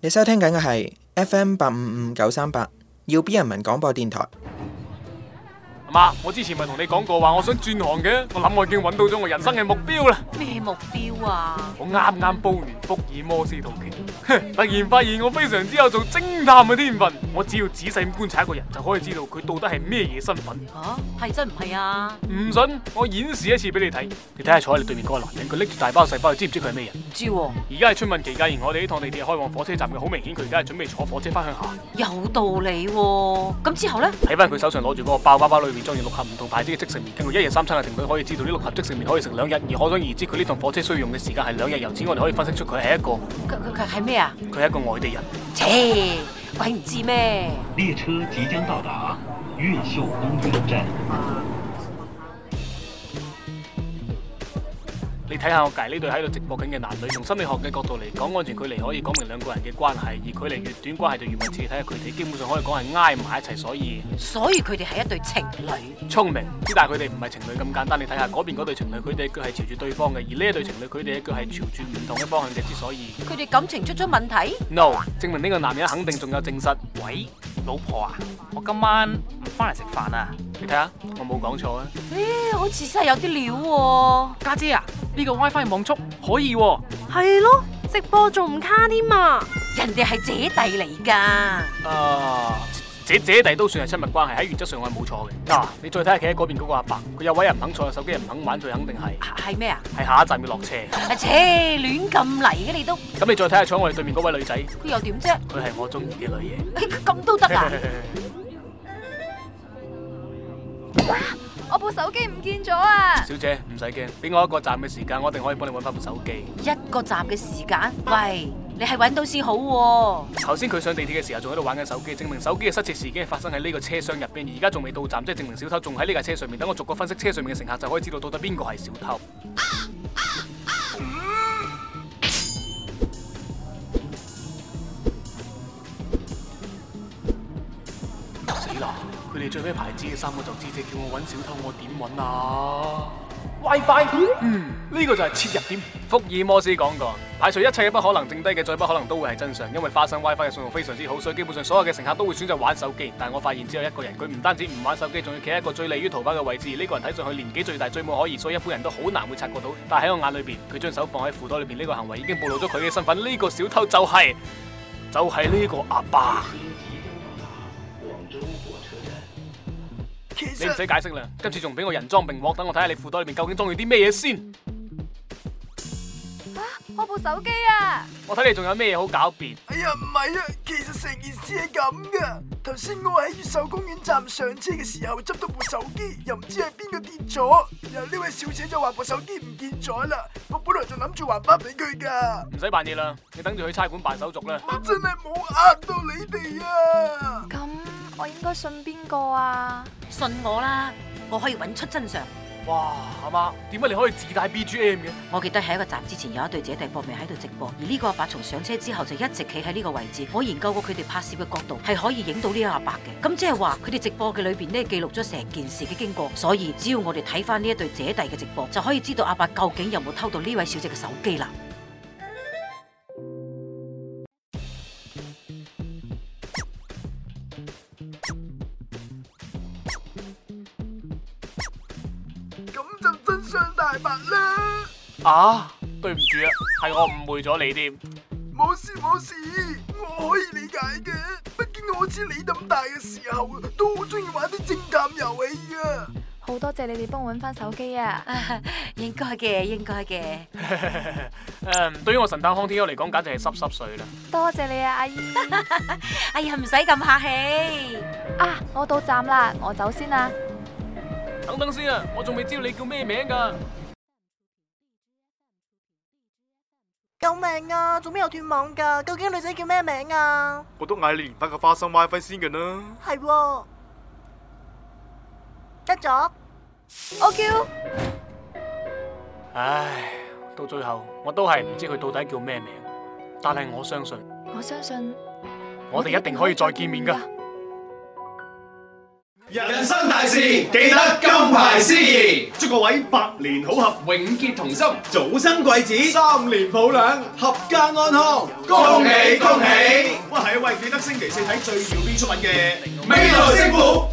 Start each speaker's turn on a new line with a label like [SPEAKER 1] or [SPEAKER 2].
[SPEAKER 1] 你收聽緊嘅係 FM 八五五九三八，耀 B 人民廣播電台。
[SPEAKER 2] 阿媽，我之前咪同你講過話，我想轉行嘅，我諗我已經揾到咗我人生嘅目標啦。
[SPEAKER 3] 咩目標啊？
[SPEAKER 2] 我啱啱煲完福爾摩斯套劇，哼突然發現我非常之有做偵探嘅天分。我只要仔細咁觀察一個人，就可以知道佢到底係咩嘢身份。
[SPEAKER 3] 吓、係真唔係啊？
[SPEAKER 2] 唔信，我演示一次俾你睇。你睇下坐喺你對面嗰個男人，佢拎住大包細包，你知唔知佢係咩人？
[SPEAKER 3] 唔知喎、
[SPEAKER 2] 而家係春運期間，而我哋呢趟地鐵開往火車站嘅，好明顯佢而家係準備坐火車翻鄉下。
[SPEAKER 3] 有道理喎、咁之後呢？
[SPEAKER 2] 睇翻佢手上攞住嗰個爆包包，裏面裝住六盒唔同牌子嘅即食麵，經過一日三餐嘅定律，可以知道呢六盒即食麵可以食兩日，而可想而知佢呢趟火車需要用嘅時間係兩日。由此我哋可以分析出佢係一個
[SPEAKER 3] 佢佢佢係咩啊？
[SPEAKER 2] 佢係一個外地人。
[SPEAKER 3] 切，鬼唔知咩？
[SPEAKER 4] 列车即将到达越秀公园站。
[SPEAKER 2] 你睇下我隔離呢對喺度直播緊嘅男女，從心理學嘅角度嚟講，安全距離可以講明兩個人嘅關係，而距離越短，關係就越密切。睇下佢哋基本上可以講係挨埋一齊，所以
[SPEAKER 3] 所以佢哋係一對情侶。
[SPEAKER 2] 聰明。之但係佢哋唔係情侶咁簡單。你睇下嗰邊嗰對情侶，佢哋嘅腳係朝住對方嘅，而呢一對情侶，佢哋嘅腳係朝住唔同嘅方向嘅。之所以
[SPEAKER 3] 佢哋感情出咗問題？
[SPEAKER 2] no，證明呢個男人肯定仲有正室。
[SPEAKER 5] 喂，老婆啊，我今晚唔翻嚟食飯啊！
[SPEAKER 2] 你睇下，我冇講錯啊！
[SPEAKER 3] 咦、好似真係有啲料喎、
[SPEAKER 5] 家姐啊，呢、個 WiFi 網速可以喎、
[SPEAKER 6] 係咯，直播仲唔卡添啊！
[SPEAKER 3] 人哋係姐弟嚟㗎。
[SPEAKER 2] 啊，姐姐弟都算係親密關係，喺原則上我係冇錯嘅。
[SPEAKER 5] 啊
[SPEAKER 2] 嗱、你再睇下企喺嗰邊嗰個阿伯，佢有位人唔肯坐，手機人唔肯玩，佢肯定係
[SPEAKER 3] 係係咩啊？
[SPEAKER 2] 係下一站要落車。
[SPEAKER 3] 啊切，亂咁嚟嘅你都，
[SPEAKER 2] 咁你再睇下坐我哋對面嗰位女仔，
[SPEAKER 3] 佢又點啫？
[SPEAKER 2] 佢係我中意嘅女 嘢。
[SPEAKER 3] 哎咁都得啊？
[SPEAKER 6] 我部手機唔見咗啊！
[SPEAKER 2] 小姐唔使驚，俾我一個站嘅時間，我一定可以幫你揾翻部手機。
[SPEAKER 3] 一個站嘅時間，喂，你係揾到先好喎、
[SPEAKER 2] 頭先佢上地鐵嘅時候仲喺度玩緊手機，證明手機嘅失竊事件係發生喺呢個車廂入邊，而家仲未到站，即係證明小偷仲喺呢架車上面。等我逐個分析車上面嘅乘客，就可以知道到底邊個係小偷。死啦！佢哋着咩牌子嘅衫我就知，你叫我揾小偷，我點揾啊？WiFi，嗯，呢、個就係切入點。福爾摩斯講過，排除一切嘅不可能，剩低嘅再不可能都會係真相，因為花生 WiFi 嘅信號非常之好，所以基本上所有嘅乘客都會選擇玩手機。但係我發現只有一個人，佢唔單止唔玩手機，仲要企喺一個最利於逃跑嘅位置。呢、個人睇上去年紀最大，最冇可疑，所以一般人都好難會察覺到。但係喺我眼裏邊，佢將手放喺褲袋裏邊呢個行為已經暴露咗佢嘅身份。呢、個小偷就係、就係、呢個阿爸。你唔使解釋啦，今次仲唔俾我人裝並獲，等我睇下你褲袋裏面究竟裝咗啲咩嘢先。
[SPEAKER 6] 我部手機啊！
[SPEAKER 2] 我睇你仲有咩嘢好狡辯？
[SPEAKER 7] 哎呀，唔係啊，其實成件事係咁噶。頭先我喺越秀公園站上車嘅時候，執到部手機，又唔知係邊個跌咗。然後呢位小姐就話部手機唔見咗啦。我本來仲諗住還翻俾佢噶，
[SPEAKER 2] 唔使扮嘢啦，你等住去差館辦手續啦。
[SPEAKER 7] 我真係冇呃到你哋啊！
[SPEAKER 6] 咁我應該信邊個啊？
[SPEAKER 3] 信我啦，我可以揾出真相。
[SPEAKER 2] 哇，阿媽，點解你可以自帶 BGM 嘅？
[SPEAKER 3] 我記得喺一個站之前有一對姐弟搏命喺度直播，而呢個阿伯從上車之後就一直企喺呢個位置。我研究過佢哋拍攝嘅角度係可以影到呢個阿伯嘅，咁即係話佢哋直播嘅裏邊呢，記錄咗成件事嘅經過，所以只要我哋睇翻呢一對姐弟嘅直播，就可以知道阿伯究竟有冇偷到呢位小姐嘅手機啦。
[SPEAKER 7] 咁就真相大白啦！
[SPEAKER 2] 啊，對唔住啊，係我誤會咗你添。
[SPEAKER 7] 冇事冇事，我可以理解嘅。畢竟我好似你咁大嘅時候，都好中意玩啲偵探遊戲啊噶。
[SPEAKER 6] 好多謝你哋幫我揾翻手機啊！
[SPEAKER 3] 應該嘅，應該嘅。
[SPEAKER 2] 誒，對於我神探康天庥嚟講，簡直係濕濕碎啦。
[SPEAKER 6] 多謝你啊， 阿姨
[SPEAKER 3] 哎呀，唔使咁客氣。
[SPEAKER 6] 啊！我到站啦，我走先啊啦。
[SPEAKER 2] 等等先啊，我仲未知道你叫咩名㗎。
[SPEAKER 8] 救命啊！做咩有斷網噶？究竟女仔叫咩名啊？
[SPEAKER 9] 我都嗌你連翻個花生 WiFi 先㗎啦。
[SPEAKER 10] 嗯
[SPEAKER 8] 係喎，得咗。
[SPEAKER 6] 我叫
[SPEAKER 2] 唉，到最後我都係唔知佢到底叫咩名，但係我相信
[SPEAKER 6] 我相信
[SPEAKER 2] 我哋一定可以再見面㗎。
[SPEAKER 10] 人生大事，記得金牌司儀，祝各位百年好合，永結同心，早生貴子，三年抱兩，合家安康，恭喜恭喜！為記得星期四睇最耀 B 出品嘅《
[SPEAKER 4] 未來星
[SPEAKER 10] 星
[SPEAKER 4] 府